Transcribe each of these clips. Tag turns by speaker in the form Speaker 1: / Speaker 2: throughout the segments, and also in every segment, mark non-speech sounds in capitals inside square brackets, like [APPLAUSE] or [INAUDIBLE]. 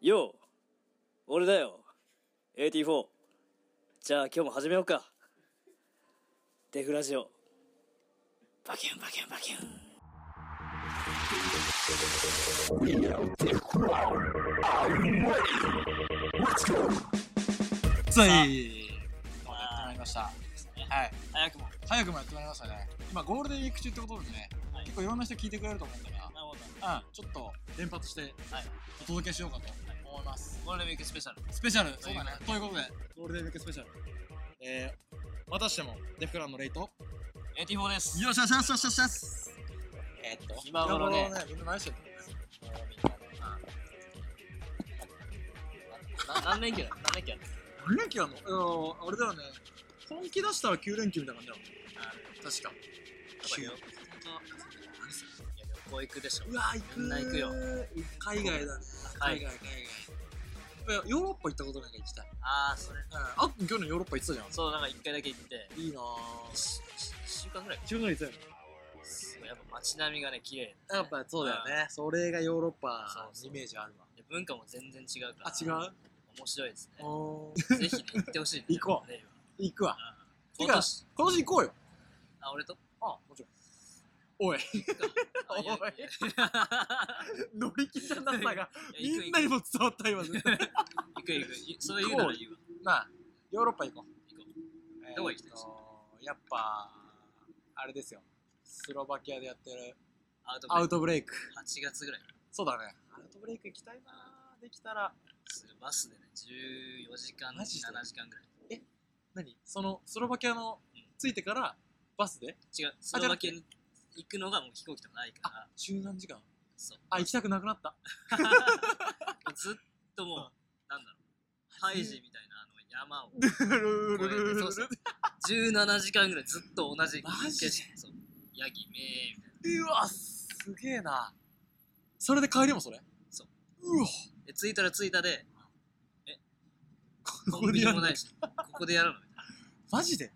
Speaker 1: よう俺だよ !AT4! じゃあ今日も始めようかデフラジオバキュンバキュンバキュン
Speaker 2: つい
Speaker 3: とやってまいりました。はい。
Speaker 1: 早くも
Speaker 3: 早くもやってまいりましたね。今、ゴールデンウィーク中ってことでね、
Speaker 1: はい
Speaker 3: 結構いろんな人聞いてくれると思うんだが、
Speaker 1: なるほど
Speaker 3: うん、ちょっと連発して
Speaker 1: はい
Speaker 3: お届けしようかと思います。
Speaker 1: ゴールデンウィークスペシャル
Speaker 3: スペシャル、
Speaker 1: そうだね
Speaker 3: ということで、ゴールデンウィークスペシャル。えー、またしても、デフクランのレイト。
Speaker 1: AT4 です
Speaker 3: よしよしよしよしよしよし。えーっと、
Speaker 1: 今頃ね
Speaker 3: 今みんな何してるの
Speaker 1: な何年期だ何年期だ
Speaker 3: 何連休あんのいやーあれだよね。本気出したら9連休みたいな感じだよね。確か。
Speaker 1: やっぱいや旅行行くでしょ
Speaker 3: うわ行く
Speaker 1: みんな行くよ
Speaker 3: 海外だね
Speaker 1: はい
Speaker 3: 海外海外いやヨーロッパ行ったことないから行きたい、
Speaker 1: ああそれ
Speaker 3: うん、あっ去年ヨーロッパ行ってたじゃ
Speaker 1: そうなんか一回だけ行って
Speaker 3: んいいなぁ
Speaker 1: 1週間ぐらい
Speaker 3: 中国行って
Speaker 1: すごいやっぱ街並みがね綺麗
Speaker 3: たやっぱそうだよねそれがヨーロッ
Speaker 1: そう
Speaker 3: パ
Speaker 1: そう
Speaker 3: のイメージあるわ
Speaker 1: で文化も全然違うから
Speaker 3: あ違う
Speaker 1: 面白いですね
Speaker 3: おー
Speaker 1: ぜひね行ってほしいね
Speaker 3: [LAUGHS] 行こ
Speaker 1: うね
Speaker 3: 行くわて
Speaker 1: 今
Speaker 3: か
Speaker 1: 年
Speaker 3: 今年行こうよ
Speaker 1: あ俺と
Speaker 3: あもちろんおい
Speaker 1: あいやいや
Speaker 3: 乗り切ったな [LAUGHS] さ
Speaker 1: [LAUGHS] い
Speaker 3: が
Speaker 1: や行く
Speaker 3: みんなにも伝わった今絶対
Speaker 1: 行く行くいそれ言うなら言うわ
Speaker 3: [LAUGHS] まあヨーロッパ行こう
Speaker 1: 行こ
Speaker 3: えー
Speaker 1: どこ行きたいですか
Speaker 3: やっぱあれですよスロバキアでやってる
Speaker 1: アウトブレ
Speaker 3: ア
Speaker 1: イク
Speaker 3: ウトブレイク
Speaker 1: 8月ぐらい
Speaker 3: そうだね。アウトブレイク行きたいなできたら。
Speaker 1: するバスでね14時間7
Speaker 3: マジ
Speaker 1: 時
Speaker 3: で
Speaker 1: 間ぐらい
Speaker 3: 何その、スロバキアのついてからバスで
Speaker 1: 違うスロバキアに行くのがもう飛行機とかないから
Speaker 3: 中何時間
Speaker 1: そう [LAUGHS]
Speaker 3: あ、行きたくなくなった。
Speaker 1: ずっともう、
Speaker 3: うん
Speaker 1: なんだろうハイジみたいなあの山を
Speaker 3: [LAUGHS] ルル
Speaker 1: ルルルルル
Speaker 3: う
Speaker 1: 17時間ぐらいずっと同じ景
Speaker 3: マジで
Speaker 1: 色そうヤギめーみたいな
Speaker 3: わ、すげえな。それで帰りもそれ
Speaker 1: そう。
Speaker 3: うわ、
Speaker 1: で着いたら着いたで
Speaker 3: こ
Speaker 1: コ
Speaker 3: こ
Speaker 1: ン
Speaker 3: で
Speaker 1: ビ
Speaker 3: や
Speaker 1: ニ
Speaker 3: る
Speaker 1: も
Speaker 3: の
Speaker 1: ないしここでやるのみたいな
Speaker 3: マジで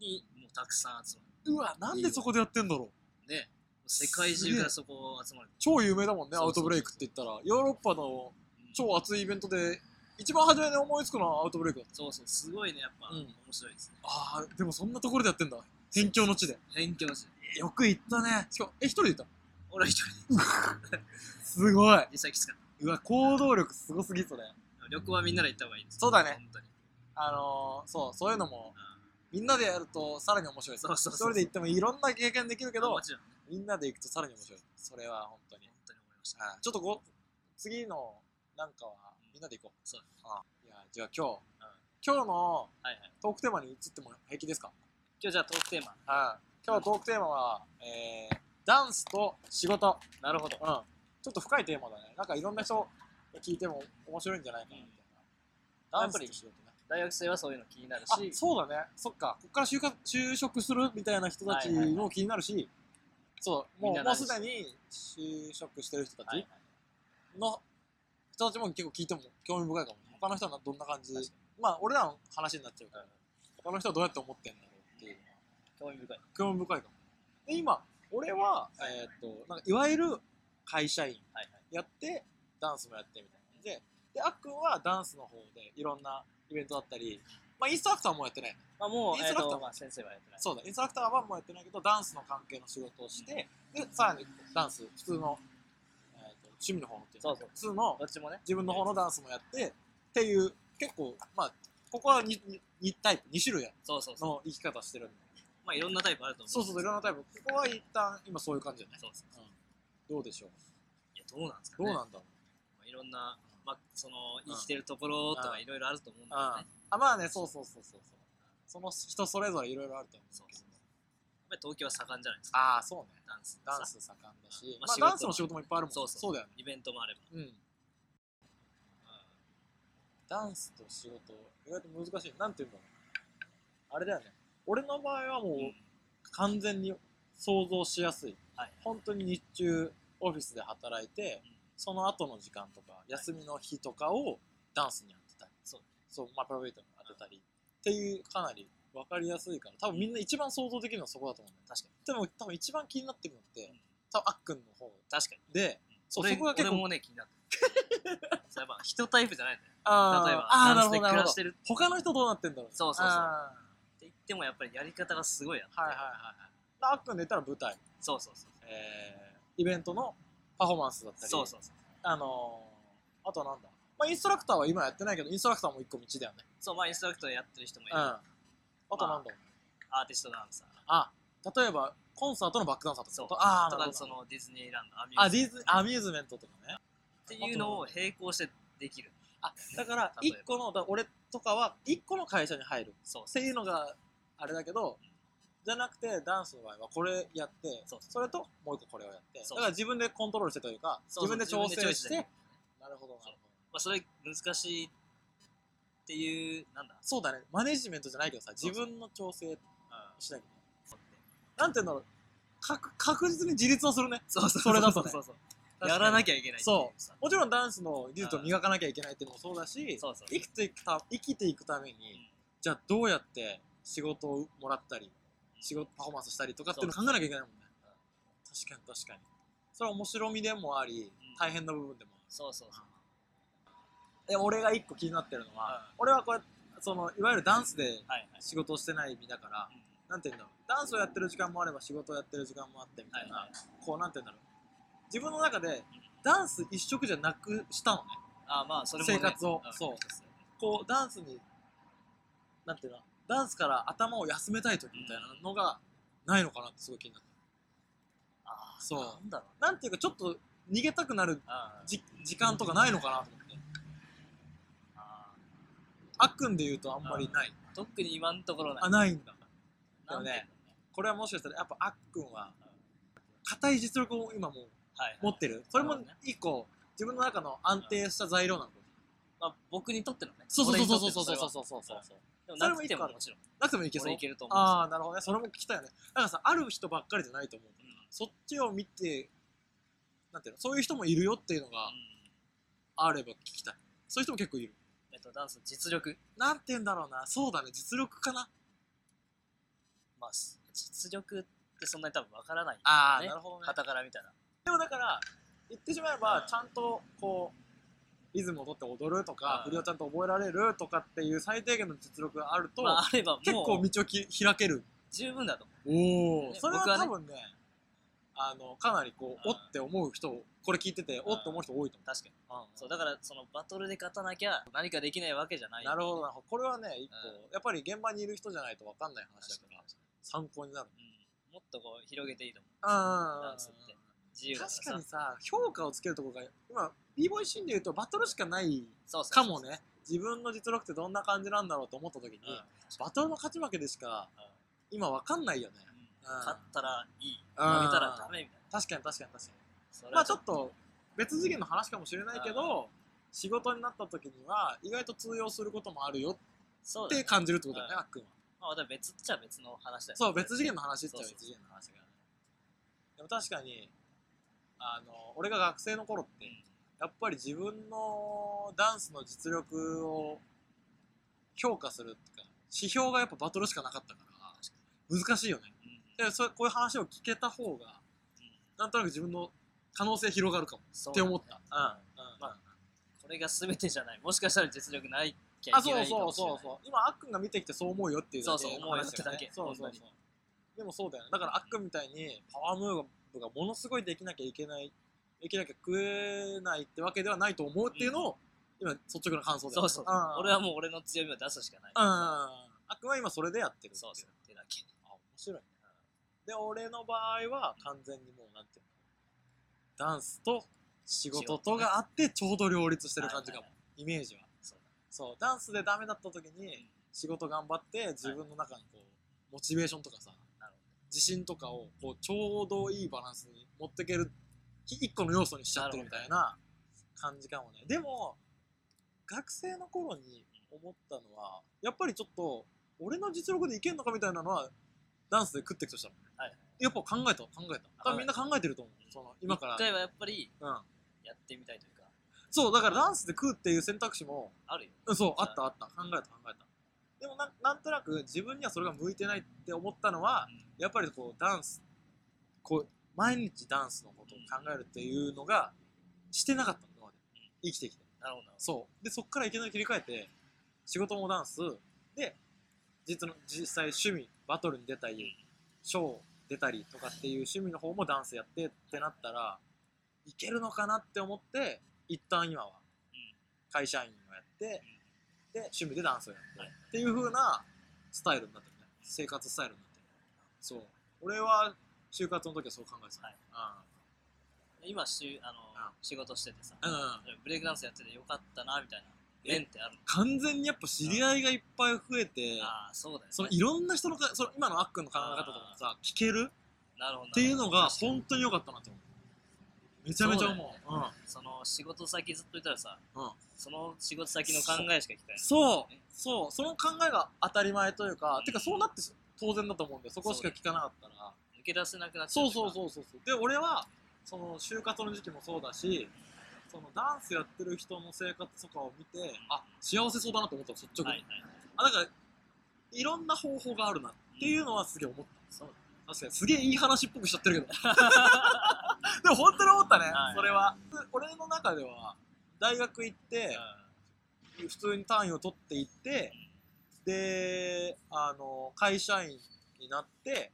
Speaker 1: にもうたくさん集まる
Speaker 3: うわ、なんでそこでやってんだろう。
Speaker 1: で世界中からそこを集まる
Speaker 3: 超有名だもんね、
Speaker 1: そうそうそう
Speaker 3: アウトブレイクって言ったら。ヨーロッパの
Speaker 1: うん
Speaker 3: 超熱いイベントで、一番初めに思いつくのはアウトブレイクだった。
Speaker 1: そうそうすごいねやっぱ、
Speaker 3: うん
Speaker 1: 面白いですね
Speaker 3: あー、でもそんなところでやってんだ。辺境の地で。
Speaker 1: 勉強し
Speaker 3: よく行ったね。しかも、え、一人で行っ
Speaker 1: 俺は一人で
Speaker 3: たすごい。
Speaker 1: 実際きつかった
Speaker 3: うわ、行動力すごすぎ、それ。
Speaker 1: 旅行はみんなで行った方がいいです
Speaker 3: そうだね
Speaker 1: 本当に
Speaker 3: あのー、そう、そういうのも、みんなでやるとさらに面白い。
Speaker 1: そうそうそう
Speaker 3: 一人で行ってもいろんな経験できるけ
Speaker 1: け
Speaker 3: ど
Speaker 1: も、ちろん本
Speaker 3: みんなで行くとさらに面白い。それは本当に。
Speaker 1: 当に思いました
Speaker 3: はいちょっとご、次のなんかは、みんなで行こう。
Speaker 1: そう
Speaker 3: あいや、じゃあ今日、今日の
Speaker 1: はいはい
Speaker 3: トークテーマに移っても平気ですか
Speaker 1: 今日じゃあトークテーマ
Speaker 3: はい。今日のトークテーマは、えー、ダンスと仕事。
Speaker 1: なるほど
Speaker 3: うん。ちょっと深いテーマだね。なんかいろんな人聞いても面白いんじゃないかな、みたいな。
Speaker 1: うん
Speaker 3: ダンスと仕事ね。
Speaker 1: 大学生はそういうの気になる
Speaker 3: あ
Speaker 1: し
Speaker 3: そうだねそっかこっから就活就職するみたいな人たち
Speaker 1: はいはいは
Speaker 3: も気になるし、そう
Speaker 1: み
Speaker 3: も
Speaker 1: ん
Speaker 3: う
Speaker 1: な何
Speaker 3: もう
Speaker 1: して
Speaker 3: すでに就職してる人た
Speaker 1: はいはい
Speaker 3: ちの人たちも結構聞いても興味深いかも他の人はどんな感じ
Speaker 1: 確か
Speaker 3: まあ俺らの話になっちゃうから
Speaker 1: うん
Speaker 3: 他の人はどうやって思ってんだろうっていうのは
Speaker 1: 興味深い
Speaker 3: 興味深いかもで今俺は、えーっとなんかいわゆる会社員
Speaker 1: はいはい
Speaker 3: やってダンスもやってみたいなでであっくんはダンスの方でいろんなイベントだったりまあインストラクターもやってない
Speaker 1: まあもう
Speaker 3: インストラクター
Speaker 1: えーとまあ先生はやってない
Speaker 3: そうだ、インストラクターはもうやってないけど、ダンスの関係の仕事をして、で、さらにダンス、普通の、えーと趣味の方っていうの
Speaker 1: そうそう
Speaker 3: 普通の
Speaker 1: どっちもね
Speaker 3: 自分の方のダンスもやって、っていう、結構、まあ、ここは 2, 2タイプ、2種類
Speaker 1: そうそうそう
Speaker 3: の生き方してるんで。
Speaker 1: まあいろんなタイプあると思う
Speaker 3: そうそうそう、いろんなタイプ。ここは一旦、今そういう感じだね。
Speaker 1: そうそうそう
Speaker 3: どうでしょう
Speaker 1: いやどうなんですか
Speaker 3: ど
Speaker 1: ね
Speaker 3: うなんだろう、
Speaker 1: まあいろんなまあその生きてるところとか
Speaker 3: うん
Speaker 1: いろいろあると思うんだよ
Speaker 3: あ
Speaker 1: ね
Speaker 3: あ、まあね、そうそうそうそうそう。その人それぞれいろいろあると思うけど。
Speaker 1: そうやっぱり東京は盛んじゃないですか
Speaker 3: ああ、そうね。
Speaker 1: ダンス
Speaker 3: ダンス盛んだし、
Speaker 1: まあ
Speaker 3: まあ
Speaker 1: 仕事も
Speaker 3: ダンスの仕事もいっぱいあるもんね
Speaker 1: そうそう
Speaker 3: そうだよね。
Speaker 1: イベントもあれば
Speaker 3: うん。
Speaker 1: うん
Speaker 3: ダンスと仕事、意外と難しい。なんて言うんだろう。あれだよね。俺の場合はもう
Speaker 1: うん
Speaker 3: 完全に想像しやすい。
Speaker 1: はい
Speaker 3: 本当に日中オフィスで働いて
Speaker 1: うん、
Speaker 3: その後の時間とか、休みの日とかをダンスに当てたり。
Speaker 1: そう。
Speaker 3: そう、まあ、プライベートに当てたり。っていう、かなり分かりやすいから、多分みんな一番想像できるのはそこだと思うんだよ。
Speaker 1: 確か
Speaker 3: でも多分一番気になってるのって
Speaker 1: うん、
Speaker 3: 多分あっくんの方
Speaker 1: 確かに
Speaker 3: で、
Speaker 1: うん
Speaker 3: そう
Speaker 1: 俺
Speaker 3: [LAUGHS] そこが結構
Speaker 1: 俺もね気になってそうやっぱ人タイプじゃないんだよ。
Speaker 3: あー
Speaker 1: 例えば
Speaker 3: あー、な
Speaker 1: ダ
Speaker 3: る
Speaker 1: ンス
Speaker 3: ほ
Speaker 1: で
Speaker 3: ど、な
Speaker 1: 暮
Speaker 3: る
Speaker 1: ら
Speaker 3: ほ
Speaker 1: し
Speaker 3: ど
Speaker 1: て。るって
Speaker 3: 他の人どうなってんだろう。
Speaker 1: そうそうそう
Speaker 3: あ
Speaker 1: 言ってもやっぱりやり方がすごいあって。
Speaker 3: ーはいはいはいはい。あっくんで言ったら舞台、
Speaker 1: そうそうそう。
Speaker 3: えー、イベントのパフォーマンスだったり、
Speaker 1: そうそうそう。
Speaker 3: あのー、あとはなんだ。まあ、インストラクターは今やってないけど、インストラクターも一個道だよね。
Speaker 1: そう、まあインストラクターやってる人もい
Speaker 3: うん。
Speaker 1: る。
Speaker 3: あとなんだろう、
Speaker 1: アーティストダンサー。
Speaker 3: あ、例えば、コンサートのバックダンサーとか
Speaker 1: そう
Speaker 3: ってこと。ああ、
Speaker 1: と
Speaker 3: な
Speaker 1: か
Speaker 3: る、ほ
Speaker 1: そ
Speaker 3: ど。
Speaker 1: のディズニーランド、アミュ
Speaker 3: あ、
Speaker 1: ーズ
Speaker 3: ディズ、アミューズメントとかね。
Speaker 1: っていうのを並行してできる。
Speaker 3: あ、だから、
Speaker 1: [LAUGHS] 例え
Speaker 3: 一
Speaker 1: ば
Speaker 3: 個の、だから俺とかは、一個の会社に入る。
Speaker 1: そう
Speaker 3: っ
Speaker 1: そう
Speaker 3: ていうのがあれだけどじゃなくてダンスの場合はこれやって
Speaker 1: そう
Speaker 3: それともう一個これをやって
Speaker 1: そ
Speaker 3: だ
Speaker 1: う
Speaker 3: から自分でコントロールしてというか
Speaker 1: そう
Speaker 3: 自
Speaker 1: そう
Speaker 3: 分で調整し
Speaker 1: 自分でチョイスで
Speaker 3: て
Speaker 1: ね
Speaker 3: なるほどなるほど
Speaker 1: まあそれ難しいっていう、なんだ、
Speaker 3: そうだねマネジメントじゃないけどさ
Speaker 1: そう
Speaker 3: 自分の調整
Speaker 1: う
Speaker 3: しなきゃいけない
Speaker 1: ん
Speaker 3: なんていうんだろう確確実に自立をするね
Speaker 1: そうそう
Speaker 3: それだとね
Speaker 1: そうそうそうやらな
Speaker 3: き
Speaker 1: きゃいけないそ
Speaker 3: もちろんダンスの技術を磨かなきゃいけないっていうのもそうだし
Speaker 1: そうそう
Speaker 3: 生きていくた生きていくためにじゃあどうやって仕事をもらったり仕事パフォーマンスしたりとかっていうの考えなきゃいけないもんね確かに確かにそれは面白みでもあり
Speaker 1: うん
Speaker 3: 大変な部分でもあ
Speaker 1: そうそうそう
Speaker 3: るで俺が一個気になってるのは
Speaker 1: うん
Speaker 3: 俺はこれそのいわゆるダンスで
Speaker 1: はいはい
Speaker 3: 仕事をしてない身だから
Speaker 1: うん
Speaker 3: なんて言うんだろうダンスをやってる時間もあれば仕事をやってる時間もあってみたい
Speaker 1: はいは
Speaker 3: なこうなんて言うんだろう自分の中でダンス一色じゃなくしたのね
Speaker 1: あまあそれもね
Speaker 3: 生活を
Speaker 1: ん
Speaker 3: そうこうダンスになんていうのダンスから頭を休めたい時みたいなのがないのかなってすごい気になって
Speaker 1: あ
Speaker 3: そう
Speaker 1: なんだろう
Speaker 3: なんていうかちょっと逃げたくなる
Speaker 1: あ
Speaker 3: じ時間とかないのかなと思って
Speaker 1: あ
Speaker 3: あっくんで言うとあんまりない
Speaker 1: 特に今のところない
Speaker 3: あないん
Speaker 1: な
Speaker 3: だ
Speaker 1: んだろう
Speaker 3: でこれはもしかしたらやっぱあっくんは硬い実力を今も
Speaker 1: はいはい、
Speaker 3: う持ってるそれも
Speaker 1: なるほどね
Speaker 3: 一個自分の中の安定した材料なのかも
Speaker 1: まあ、僕にとってのね
Speaker 3: そうそうそう
Speaker 1: 俺に
Speaker 3: そ
Speaker 1: と
Speaker 3: う
Speaker 1: っての
Speaker 3: そうそう
Speaker 1: れは
Speaker 3: そうそうそう
Speaker 1: でも
Speaker 3: それ
Speaker 1: な
Speaker 3: も
Speaker 1: く
Speaker 3: 一
Speaker 1: て
Speaker 3: 個あ
Speaker 1: も
Speaker 3: る
Speaker 1: もちろん
Speaker 3: なくてもいけそう
Speaker 1: 俺いけると思う
Speaker 3: ああなるほどねそれも聞きたいよねだからさある人ばっかりじゃないと思う
Speaker 1: うん
Speaker 3: そっちを見てなんていうのそういう人もいるよっていうのが
Speaker 1: うん
Speaker 3: あれば聞きたいそういう人も結構いる
Speaker 1: えっとダンスの実力
Speaker 3: なんて言うんだろうなそうだね実力かな
Speaker 1: まあす実力ってそんなに多分わからない
Speaker 3: あ
Speaker 1: ーなる
Speaker 3: ほ
Speaker 1: 傍から見たら
Speaker 3: でもだから言ってしまえ
Speaker 1: う
Speaker 3: ば
Speaker 1: ん
Speaker 3: ちゃんとこうリズムを取って踊るとか
Speaker 1: うん
Speaker 3: 振りをちゃんと覚えられるとかっていう最低限の実力があると
Speaker 1: まああればもう
Speaker 3: 結構道をき開ける
Speaker 1: 十分だと思う
Speaker 3: お
Speaker 1: ー
Speaker 3: それは
Speaker 1: 僕はね
Speaker 3: 多分ねあのかなりこう
Speaker 1: う
Speaker 3: お
Speaker 1: ん
Speaker 3: って思う人これ聞いてておって思う人多いと
Speaker 1: 確かに
Speaker 3: 思う
Speaker 1: そうだからそのバトルで勝たなきゃ何かできないわけじゃない
Speaker 3: なるほどなるほどこれはね一個
Speaker 1: う
Speaker 3: やっぱり現場にいる人じゃないと分かんない
Speaker 1: 確
Speaker 3: 話だか
Speaker 1: かに
Speaker 3: ら参考になる
Speaker 1: うんもっとこう広げていいと思うダンスって
Speaker 3: う
Speaker 1: 自由
Speaker 3: ん
Speaker 1: だ
Speaker 3: 確からに
Speaker 1: さ
Speaker 3: さ評価をつけるところが今 b ボイシーンで言うとバトルしかない
Speaker 1: そうそう
Speaker 3: か
Speaker 1: そう
Speaker 3: もね自分の実力ってどんな感じなんだろうと思った時に、
Speaker 1: うん
Speaker 3: バトルの勝ち負けでしか今わかんないよね
Speaker 1: うん勝ったらいい負けた
Speaker 3: うん
Speaker 1: らダメみたいな
Speaker 3: 確かに確かに確か
Speaker 1: そ
Speaker 3: に
Speaker 1: れ
Speaker 3: まあ
Speaker 1: は
Speaker 3: ちょっと別次元の話かもしれないけど仕事になった時には意外と通用することもあるよ
Speaker 1: そう
Speaker 3: っ
Speaker 1: だね
Speaker 3: て感じるってことだよね
Speaker 1: うん
Speaker 3: あっくんは
Speaker 1: まあまた別っちゃ別の話だよね
Speaker 3: そう別次元の話っち
Speaker 1: そ
Speaker 3: ゃ
Speaker 1: う
Speaker 3: 別
Speaker 1: そう
Speaker 3: 次元の話だからねでも確かにあの俺が学生の頃ってやっぱり自分のダンスの実力を評価するっていうか指標がやっぱバトルしかなかったから難しいよね
Speaker 1: うん
Speaker 3: でそれこういう話を聞けた方がなんとなく自分の可能性広がるかも
Speaker 1: そう
Speaker 3: っ
Speaker 1: だ
Speaker 3: て
Speaker 1: ね
Speaker 3: 思ったうんうん
Speaker 1: まこれが全てじゃないもしかしたら実力ないきゃ
Speaker 3: あ
Speaker 1: いけ
Speaker 3: そ
Speaker 1: な
Speaker 3: う
Speaker 1: いか
Speaker 3: そう
Speaker 1: もしれな
Speaker 3: そ
Speaker 1: いう
Speaker 3: そう今あっくんが見てきてそう思うよっていう
Speaker 1: そうそう
Speaker 3: の話
Speaker 1: 思うよって
Speaker 3: だよねそ
Speaker 1: だけ
Speaker 3: うそう
Speaker 1: ほん
Speaker 3: そうでもそうだよねだからあっくんみたいにパワームーブがものすごいできなきゃいけないできなきゃ食えないってわけではないと思うっていうのを、今率直な感想だよ
Speaker 1: そうそう
Speaker 3: うん
Speaker 1: 俺はもう俺の強みを出すしかない
Speaker 3: うんあっくんは今それでやってるってい
Speaker 1: そうそうってだけ
Speaker 3: あ面白いねで俺の場合は完全にもうなんていうのダンスと仕事とがあってちょうど両立してる感じかも
Speaker 1: はい
Speaker 3: イメージは
Speaker 1: そう
Speaker 3: そうダンスでダメだった時に
Speaker 1: ん
Speaker 3: 仕事頑張って自分の中にこうモチベーションとかさ
Speaker 1: なるほ
Speaker 3: 自信とかをこうちょうどいいバランスに持ってける一個の要素にしちゃってるみたいな感じかもねでも学生の頃に思ったのはやっぱりちょっと俺の実力でいけんのかみたいなのはダンスで食っていくとしたら、
Speaker 1: はい
Speaker 3: やっぱ考えた考えた多分みんな考えてると思うその今か
Speaker 1: ど
Speaker 3: ら
Speaker 1: 一、回はやっぱり
Speaker 3: うん、
Speaker 1: やってみたいというか
Speaker 3: そうだからダンスで食うっていう選択肢も
Speaker 1: あるよね
Speaker 3: うんそうあったあった考えた考えたでもなんなんとなく自分にはそれが向いてないって思ったのはやっぱりこうダンスこう毎日ダンスのことを考えるっていうのがしてなかったの今まで生きてきて
Speaker 1: ななるほどなるほど
Speaker 3: そう。で、そっからいきなり切り替えて、仕事もダンス、で、実の、実際趣味、バトルに出たり、ショー出たりとかっていう趣味の方もダンスやってってなったら、いけるのかなって思って、一旦今は
Speaker 1: うん、
Speaker 3: 会社員をやって、で、趣味でダンスをやって、っていう風なスタイルになってるね。生活スタイルになってる。そう。俺は、就活の時はそう考えてた。
Speaker 1: はい今しあの
Speaker 3: あ
Speaker 1: 仕事しててさ
Speaker 3: うん。うん。
Speaker 1: ブレイクダンスやっててよかったなみたいな
Speaker 3: え
Speaker 1: 面ってある
Speaker 3: 完全にやっぱ知り合いがいっぱい増えて、
Speaker 1: ああそうだよね
Speaker 3: そのいろんな人のかその今のあっくんの考え方とかもさ聞ける
Speaker 1: なるほどなるほど
Speaker 3: っていうのが本当に良かったなと思うめちゃめちゃ思う
Speaker 1: そうだよねその仕事先ずっといたらさ、
Speaker 3: うん
Speaker 1: その仕事先の考えしか聞かない
Speaker 3: ん、そうそうその考えが当たり前というか、てかそうなって当然だと思うんでそこしか聞かなかったら
Speaker 1: 抜け出せなくなっちゃ
Speaker 3: そううそう
Speaker 1: う
Speaker 3: そうそうそうで俺はその就活の時期もそうだしそのダンスやってる人の生活とかを見てあ幸せそうだなと思ったの率直に、
Speaker 1: はいはい
Speaker 3: あだからいろんな方法があるなっていうのはすげえ思った、そう確かにすげえいい話っぽくしちゃってるけど [LAUGHS] でも本当に思ったね、
Speaker 1: はい
Speaker 3: それは俺の中では大学行って、普通に単位を取っていってであの会社員になって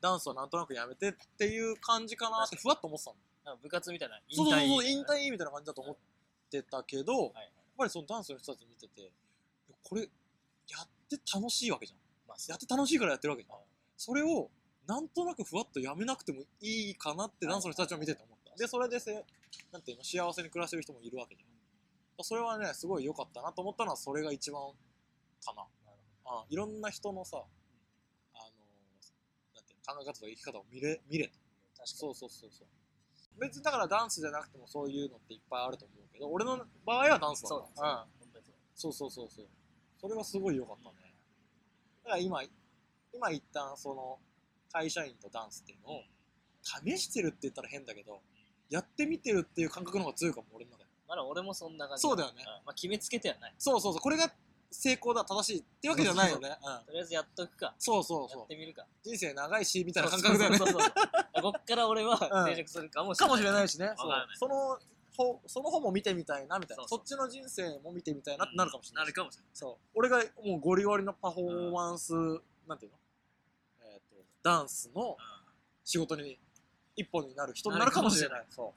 Speaker 3: ダンスはなんとなくやめてっていう感じかなってふわっと思ってたの
Speaker 1: なんか部活みたいな引
Speaker 3: そうそうそう
Speaker 1: 退
Speaker 3: 引退みたいな感じだと思ってたけど、やっ
Speaker 1: はいはい
Speaker 3: ぱりそのダンスの人たち見ててこれやって楽しいわけじゃん、やって楽しいからやってるわけじゃん、それをなんとなくふわっとやめなくてもいいかなってダンスの人たちを見てて思った、でそれでせなんていうの幸せに暮らしてる人もいるわけじゃん、それはねすごい良かったなと思ったのはそれが一番かなあいろんな人のさ、あのなんていうの考え方とか生き方を見れ見れたそうそうそうそう別にだからダンスじゃなくてもそういうのっていっぱいあると思うけど俺の場合はダンスだった
Speaker 1: そう
Speaker 3: うん
Speaker 1: 本当にそう
Speaker 3: そうそうそうそうそれはすごい良かったねだから今今一旦その会社員とダンスっていうのを試してるって言ったら変だけどやってみてるっていう感覚の方が強いかも俺の中で
Speaker 1: まだ俺もそんな感じ
Speaker 3: そうだよね
Speaker 1: んまあ決めつけてはない
Speaker 3: そうそうそうこれが成功だ正しいってわけじゃないよねうん
Speaker 1: とりあえずやっとくか
Speaker 3: そうそう
Speaker 1: や
Speaker 3: そ
Speaker 1: っ
Speaker 3: う
Speaker 1: てみるか
Speaker 3: 人生長いしみたいな感覚だよね
Speaker 1: そうそうそうそうこ
Speaker 3: [LAUGHS]
Speaker 1: っから俺は
Speaker 3: うん
Speaker 1: 定職するかもし
Speaker 3: か
Speaker 1: れな
Speaker 3: も
Speaker 1: い
Speaker 3: しれないしね
Speaker 1: わからない
Speaker 3: そうその方その方も見てみたいなみたいな
Speaker 1: そうそう
Speaker 3: そっちの人生も見てみたいなってなるかもしれない、
Speaker 1: なるかもしれない
Speaker 3: そう俺がもうゴリゴリのパフォーマンス、なんていうの、えー、とダンスの仕事に一本になる人になるかもしれないそう
Speaker 1: うん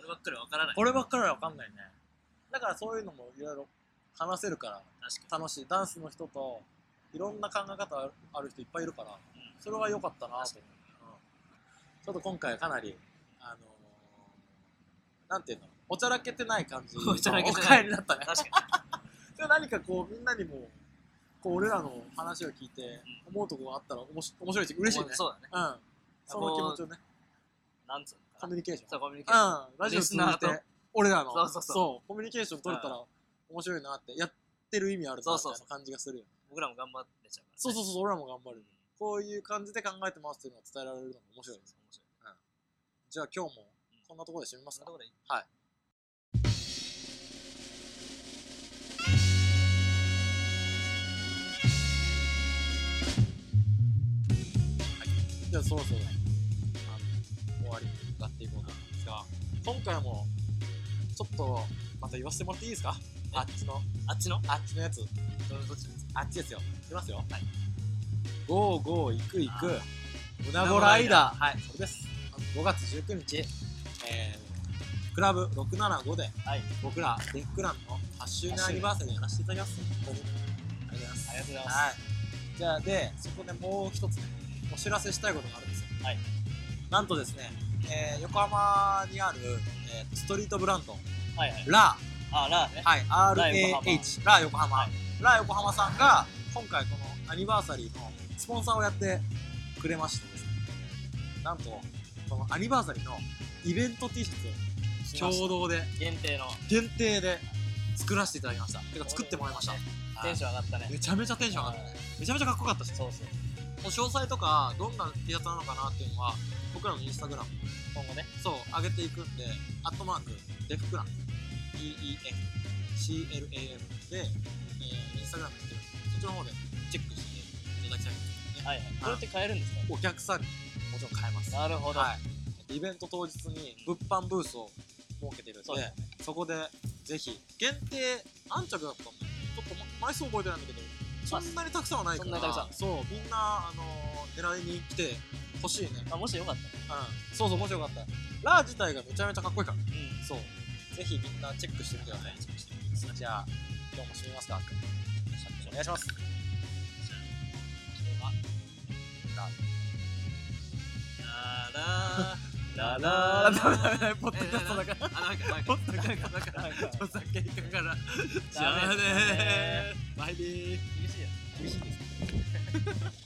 Speaker 1: 俺ばっかりわからない
Speaker 3: こればっかりは分かんないねだからそういうのもいろいろ話せるから
Speaker 1: 確かに
Speaker 3: 楽しいダンスの人といろんな考え方あるある人いっぱいいるから
Speaker 1: うん
Speaker 3: それは良かったなと思う
Speaker 1: 確かに
Speaker 3: ちょっと今回かなり、あのー、なんていうの、おちゃらけてない感じ
Speaker 1: おちゃらけてない
Speaker 3: お帰りだったね。
Speaker 1: 確かに
Speaker 3: でも何かこう、みんなにも、こう、俺らの話を聞いて、思うとこがあったら面白面白いし、嬉しいね。
Speaker 1: そうだね
Speaker 3: うん。その気持ちをね、
Speaker 1: なんつうの
Speaker 3: コ
Speaker 1: かな
Speaker 3: ミュニケーシ
Speaker 1: そ
Speaker 3: ョ
Speaker 1: う
Speaker 3: ン。
Speaker 1: コミュニケーション
Speaker 3: うん。ラジオ通じ
Speaker 1: リスナー
Speaker 3: て
Speaker 1: と、
Speaker 3: 俺らの、
Speaker 1: そうそうそう
Speaker 3: コミュニケーション取れたら面白いなって、やってる意味あるな、
Speaker 1: そう
Speaker 3: み
Speaker 1: そ
Speaker 3: た
Speaker 1: う
Speaker 3: いな感じがするよ。
Speaker 1: 僕らも頑張ってちゃうからね
Speaker 3: そうそうそう、俺らも頑張
Speaker 1: う
Speaker 3: る
Speaker 1: ん。
Speaker 3: こういう感じで考えてますっていうのを伝えられるのも面白いです。
Speaker 1: 面白い
Speaker 3: じゃあ今日もこんなところで締めます
Speaker 1: そん
Speaker 3: か
Speaker 1: なとこでいい
Speaker 3: はい。じゃあそろそろ、あの終わりに向かっていこうと思うんですが、今回もちょっとまた言わせてもらっていいですかあっちの、
Speaker 1: あっちの
Speaker 3: あっちのやつ、
Speaker 1: どどっちの
Speaker 3: あっちですよ。いきますよ。
Speaker 1: はい。
Speaker 3: ゴーゴー行く行く
Speaker 1: あ、
Speaker 3: 胸ごライダー。
Speaker 1: はい
Speaker 3: それです。5月19日、えー、クラブ675で、
Speaker 1: はい
Speaker 3: 僕らデックランの8周年アニバーサリーやらせていただきます。本当にありがとうございます。
Speaker 1: ありがとうございます
Speaker 3: はい。じゃあ、で、そこでもう一つね、お知らせしたいことがあるんですよ。
Speaker 1: はい
Speaker 3: なんとですね、えー横浜にある、えーストリートブランド、
Speaker 1: はいはい
Speaker 3: ラ
Speaker 1: あラーね
Speaker 3: はい、
Speaker 1: ラー横
Speaker 3: RAH、ラー横浜
Speaker 1: はい。
Speaker 3: ラー横浜さんが、今回このアニバーサリーのスポンサーをやってくれましてですね、なんと、このアニバーサリーのイベント T シャツを共同で、
Speaker 1: 限定の
Speaker 3: 限定で作らせていただきました。てか作ってもらいました。
Speaker 1: テンション上がったね
Speaker 3: はいめちゃめちゃテンション上がった。めちゃめちゃかっこよかったし。
Speaker 1: そうそう
Speaker 3: もう詳細とか、どんな T シャツなのかなっていうのは、僕らのインスタグラム
Speaker 1: 今後ね
Speaker 3: そう、上げていくんで、アットマーク、デフクラン、DEFCLAM で、えー、インスタグラムやってるんでそっちの方でチェックしていただきたいんですけどね。
Speaker 1: はいはいこれって買えるんですか
Speaker 3: お客さんにもちろん買えます。
Speaker 1: なるほど
Speaker 3: はい。イベント当日に物販ブースを設けてるんで、
Speaker 1: そうだよ
Speaker 3: そこでぜひ限定安着だったのちょっとま枚数覚えてないんだけどそんなにたくさんはないから
Speaker 1: そんなにたくさ
Speaker 3: そうみんなあのー狙いに来てほしいね
Speaker 1: まあ、もしよかったら、
Speaker 3: うんそうそう面白かったラー自体がめちゃめちゃかっこいいか
Speaker 1: う
Speaker 3: ら
Speaker 1: ん、
Speaker 3: そうぜひみんなチェックしてみてくださいじゃあ今日も締めますかお願いします
Speaker 1: ラララ
Speaker 3: あ [LAUGHS] ダメだねポッドキャストだから
Speaker 1: あ、なんか、なんか、なんか、なんか、なんか、
Speaker 3: 著作権引っかかるからじ
Speaker 1: ダ
Speaker 3: ゃあ
Speaker 1: メ
Speaker 3: ね
Speaker 1: ですね
Speaker 3: ーバイビー
Speaker 1: 厳しいや
Speaker 3: 厳しいです